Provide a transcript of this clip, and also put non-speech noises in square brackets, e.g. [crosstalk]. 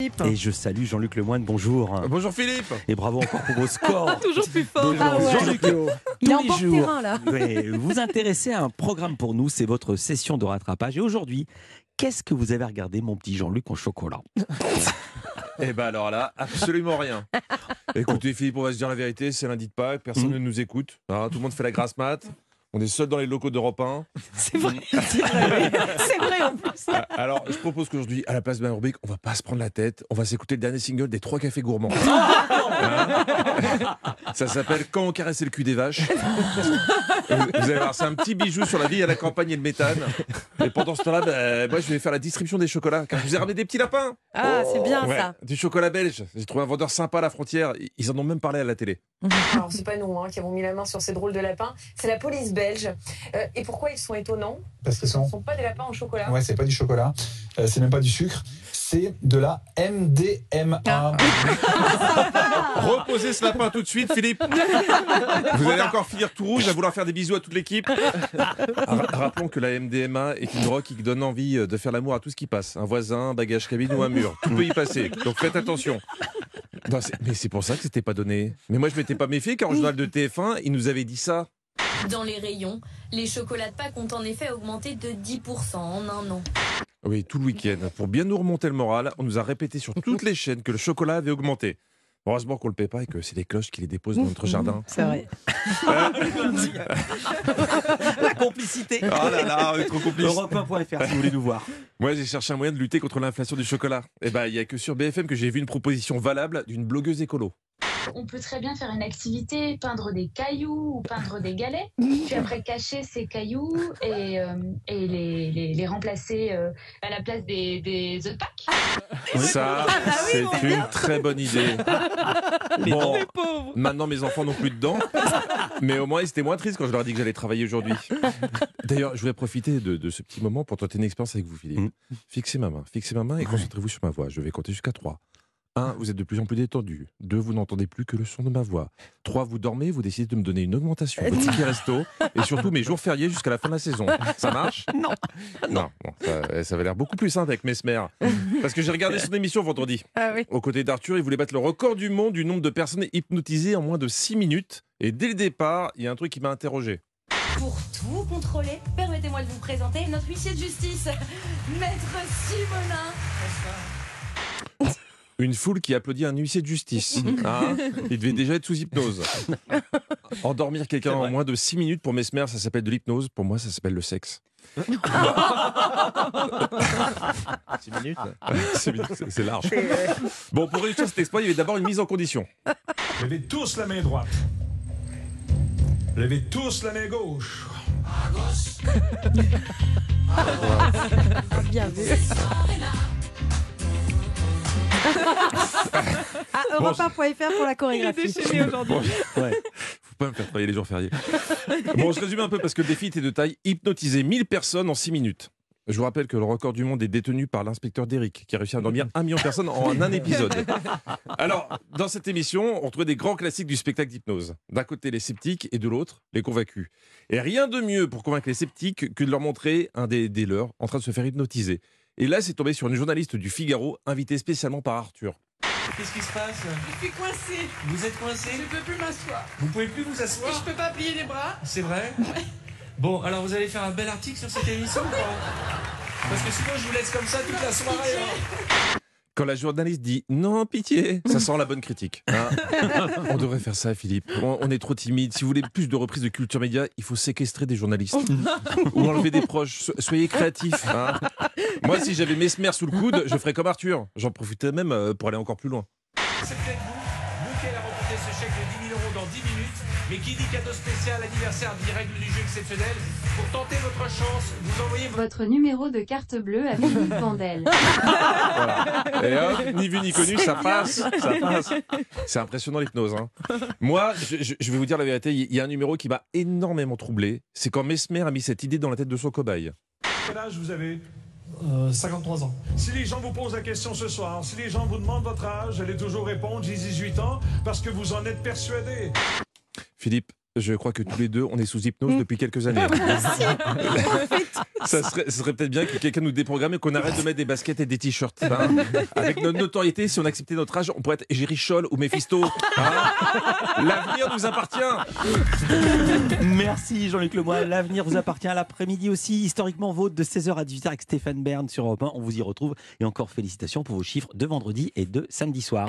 Philippe. Et je salue Jean-Luc Lemoine, bonjour. Ah, Bonjour Philippe. Et bravo encore pour vos scores. [laughs] Toujours plus fort. Ah Bonjour, Jean-Luc. Il est en les bord jours. terrain là. [laughs] Ouais, vous vous intéressez à un programme pour nous, c'est votre session de rattrapage. Et aujourd'hui, qu'est-ce que vous avez regardé, mon petit Jean-Luc, en chocolat Eh ben alors là, absolument [laughs] rien. Écoutez Philippe, on va se dire la vérité, c'est lundi de Pâques, personne Mm. ne nous écoute. hein, tout le monde fait la grasse mat. On est seul dans les locaux d'Europe 1. C'est vrai. [laughs] C'est vrai, oui. C'est vrai en plus. Ah, Alors, je propose qu'aujourd'hui, à la place de la rubrique, on va pas se prendre la tête. On va s'écouter le dernier single des Trois Cafés Gourmands. Ah, Hein ça s'appelle Quand on caressait le cul des vaches. Vous vous allez voir, c'est un petit bijou sur la vie à la campagne et le méthane. Et pendant ce temps-là, bah, moi, je vais faire la distribution des chocolats. Car je vous ai ramené des petits lapins. Ah, c'est bien Ouais, ça. Du chocolat belge. J'ai trouvé un vendeur sympa à la frontière. Ils en ont même parlé à la télé. Alors, c'est pas nous hein, qui avons mis la main sur ces drôles de lapins, c'est la police belge. Euh, et pourquoi ils sont étonnants parce que Ce ne sont... sont pas des lapins au chocolat. ouais, c'est pas du chocolat, euh, c'est même pas du sucre, c'est de la MDMA. Reposez ce lapin tout de suite, Philippe. Vous allez encore finir tout rouge à vouloir faire des bisous à toute l'équipe. Ah, Ra- Rappelons que la MDMA est une drogue qui donne envie euh, de faire l'amour à tout ce qui passe. Un voisin, un bagage cabine ou un mur. Tout peut y passer. Donc faites attention. Non, c'est- mais c'est pour ça que c'était pas donné. Mais moi, je m'étais pas méfié car au journal de TF1, ils nous avaient dit ça. Dans les rayons, les chocolats de Pâques ont en effet augmenté de 10% en un an. Oui, tout le week-end. Pour bien nous remonter le moral, on nous a répété sur toutes les chaînes que le chocolat avait augmenté. Heureusement qu'on le paie pas et que c'est des cloches qui les déposent dans notre jardin. C'est [laughs] vrai. La complicité. [laughs] Oh là là, on est trop complice. Europe 1.fr si vous voulez nous voir. Moi, j'ai cherché un moyen de lutter contre l'inflation du chocolat. Et ben, il y a que sur BFM que j'ai vu une proposition valable d'une blogueuse écolo. on peut très bien faire une activité, peindre des cailloux ou peindre des galets, puis après cacher ces cailloux et, euh, et les, les- les remplacer euh, à la place des, des œufs de Pâques. Ça, c'est une très bonne [laughs] idée. Bon, maintenant mes enfants n'ont plus de dents, mais au moins ils étaient moins tristes quand je leur ai dit que j'allais travailler aujourd'hui. D'ailleurs, je voulais profiter de, de ce petit moment pour tenter une expérience avec vous, Philippe. Fixez ma main, fixez ma main et concentrez-vous sur ma voix. Je vais compter jusqu'à 3. 1. Vous êtes de plus en plus détendu. 2. Vous n'entendez plus que le son de ma voix. 3. Vous dormez, vous décidez de me donner une augmentation, vos tickets resto et surtout mes jours fériés jusqu'à la fin de la saison. Ça marche Non. Non. Bon, ça, ça avait l'air beaucoup plus simple avec Mesmer. Parce que j'ai regardé son émission vendredi. Ah oui. Aux côtés d'Arthur, il voulait battre le record du monde du nombre de personnes hypnotisées en moins de 6 minutes. Et dès le départ, il y a un truc qui m'a interrogé. Pour tout contrôler, permettez-moi de vous présenter notre huissier de justice, [laughs] Maître Simonin. Une foule qui applaudit un huissier [laughs] de justice. Hein il devait déjà être sous hypnose. Endormir quelqu'un en moins de 6 minutes pour Mesmer, ça s'appelle de l'hypnose. Pour moi, ça s'appelle le sexe. 6 minutes. C'est [laughs] c'est large. Bon, pour réussir cet exploit, il y avait d'abord une mise en condition. Levez tous la main droite. Levez tous la main gauche. Bien vu. À Europe 1.fr pour la chorégraphie. Bon, Ouais. Faut pas me faire travailler les jours fériés. bon, je résume un peu parce que le défi était de taille hypnotiser 1000 personnes en 6 minutes. Je vous rappelle que le record du monde est détenu par l'inspecteur d'Eric, qui a réussi à endormir un million de personnes en un épisode. Alors, dans cette émission, on retrouvait des grands classiques du spectacle d'hypnose. D'un côté, les sceptiques et de l'autre, les convaincus. Et rien de mieux pour convaincre les sceptiques que de leur montrer un des, des leurs en train de se faire hypnotiser. Et là, c'est tombé sur une journaliste du Figaro, invitée spécialement par Arthur. Qu'est-ce qui se passe Je suis coincé. Vous êtes coincé Je peux plus m'asseoir. Vous pouvez plus vous asseoir Je peux pas plier les bras. C'est vrai Bon, alors vous allez faire un bel article sur cette émission ou pas Parce que sinon je vous laisse comme ça toute la soirée. hein. Quand la journaliste dit non, pitié, ça sent la bonne critique. hein. on devrait faire ça, Philippe. On, on est trop timide. Si vous voulez plus de reprises de culture média, il faut séquestrer des journalistes ou enlever des proches. So- soyez créatifs. hein. Moi, si j'avais Mesmer sous le coude, je ferais comme Arthur. J'en profiterais même euh, pour aller encore plus loin. C'est peut-être vous, vous qui allez remporter ce chèque de 10 000 euros dans 10 minutes, mais qui dit cadeau spécial, anniversaire, dit règle du jeu exceptionnel. Pour tenter votre chance, vous envoyez votre... Votre numéro de carte bleue à Philippe Vandel. Voilà. Et hop, ni vu ni connu, ça passe, ça passe. C'est impressionnant l'hypnose. hein. Moi, je, je- je vais vous dire la vérité, il y a un numéro qui m'a énormément troublé. C'est quand Mesmer a mis cette idée dans la tête de son cobaye. Quel âge vous avez 53 ans. Si les gens vous posent la question ce soir, si les gens vous demandent votre âge, allez toujours répondre j'ai 18 ans parce que vous en êtes persuadé. Philippe, je crois que tous les deux, on est sous hypnose depuis quelques années. Ça serait, ce serait peut-être bien que quelqu'un nous déprogramme et qu'on arrête de mettre des baskets et des t-shirts. hein. Avec notre notoriété, si on acceptait notre âge, on pourrait être Gérichol ou Mephisto. hein. L'avenir nous appartient. Merci Jean-Luc Lemoyne. L'avenir vous appartient à l'après-midi aussi. Historiquement Vôtre de 16h à 18h avec Stéphane Bern sur Europe 1. On vous y retrouve. Et encore félicitations pour vos chiffres de vendredi et de samedi soir.